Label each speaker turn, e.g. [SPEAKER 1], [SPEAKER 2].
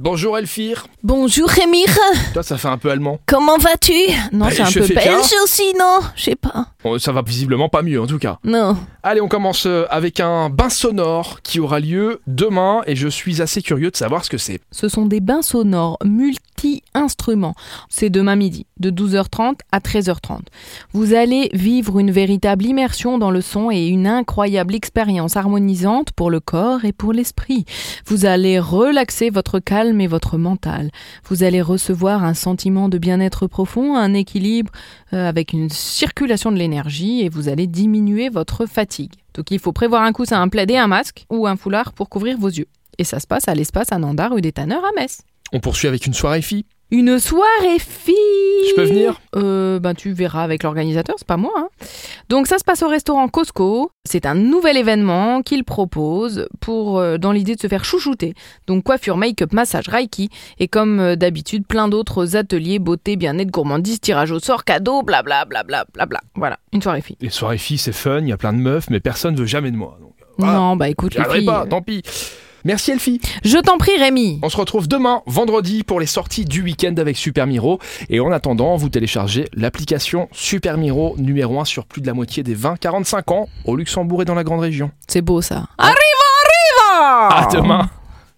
[SPEAKER 1] Bonjour Elfire.
[SPEAKER 2] Bonjour Rémir,
[SPEAKER 1] Toi, ça fait un peu allemand.
[SPEAKER 2] comment vas-tu Non,
[SPEAKER 1] Bah,
[SPEAKER 2] c'est un
[SPEAKER 1] je
[SPEAKER 2] peu
[SPEAKER 1] fais bien.
[SPEAKER 2] belge aussi, non Je sais pas.
[SPEAKER 1] Bon, ça va visiblement pas mieux en tout cas.
[SPEAKER 2] Non.
[SPEAKER 1] Allez, on commence euh, avec un bain sonore qui aura lieu demain et je suis assez curieux de savoir ce que c'est.
[SPEAKER 3] Ce sont des bains sonores multi-instruments. C'est demain midi, de 12h30 à 13h30. Vous allez vivre une véritable immersion dans le son et une incroyable expérience harmonisante pour le corps et pour l'esprit. Vous allez relaxer votre calme et votre mental. Vous allez recevoir un sentiment de bien-être profond, un équilibre euh, avec une circulation de l'énergie et vous allez diminuer votre fatigue. Donc il faut prévoir un coussin, un plaidé, un masque ou un foulard pour couvrir vos yeux. Et ça se passe à l'espace Ananda rue des Tanneurs à Metz.
[SPEAKER 1] On poursuit avec une soirée fille.
[SPEAKER 3] Une soirée fille
[SPEAKER 1] Je peux venir
[SPEAKER 3] Euh, ben tu verras avec l'organisateur, c'est pas moi. hein. Donc ça se passe au restaurant Costco. C'est un nouvel événement qu'il propose pour euh, dans l'idée de se faire chouchouter. Donc coiffure, make-up, massage, reiki et comme euh, d'habitude plein d'autres ateliers beauté, bien-être, gourmandise, tirage au sort, cadeau, blablabla, blablabla. Voilà, une soirée fille.
[SPEAKER 1] Les soirées filles, c'est fun, il y a plein de meufs, mais personne veut jamais de moi. Donc, Voilà.
[SPEAKER 3] Non, bah écoute
[SPEAKER 1] Ah. j'y
[SPEAKER 3] les
[SPEAKER 1] arriverai pas,
[SPEAKER 3] filles.
[SPEAKER 1] tant pis. Merci Elfie.
[SPEAKER 3] Je t'en prie Rémi.
[SPEAKER 1] On se retrouve demain, vendredi, pour les sorties du week-end avec Super Miro. Et en attendant, vous téléchargez l'application Super Miro numéro 1 sur plus de la moitié des 20-45 ans au Luxembourg et dans la grande région. Ah,
[SPEAKER 3] C'est beau ça. Arriva, arriva.
[SPEAKER 1] À demain